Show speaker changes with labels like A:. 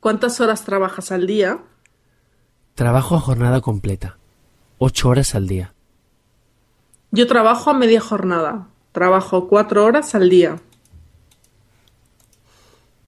A: ¿Cuántas horas trabajas al día?
B: Trabajo a jornada completa, ocho horas al día.
A: Yo trabajo a media jornada. Trabajo cuatro horas al día.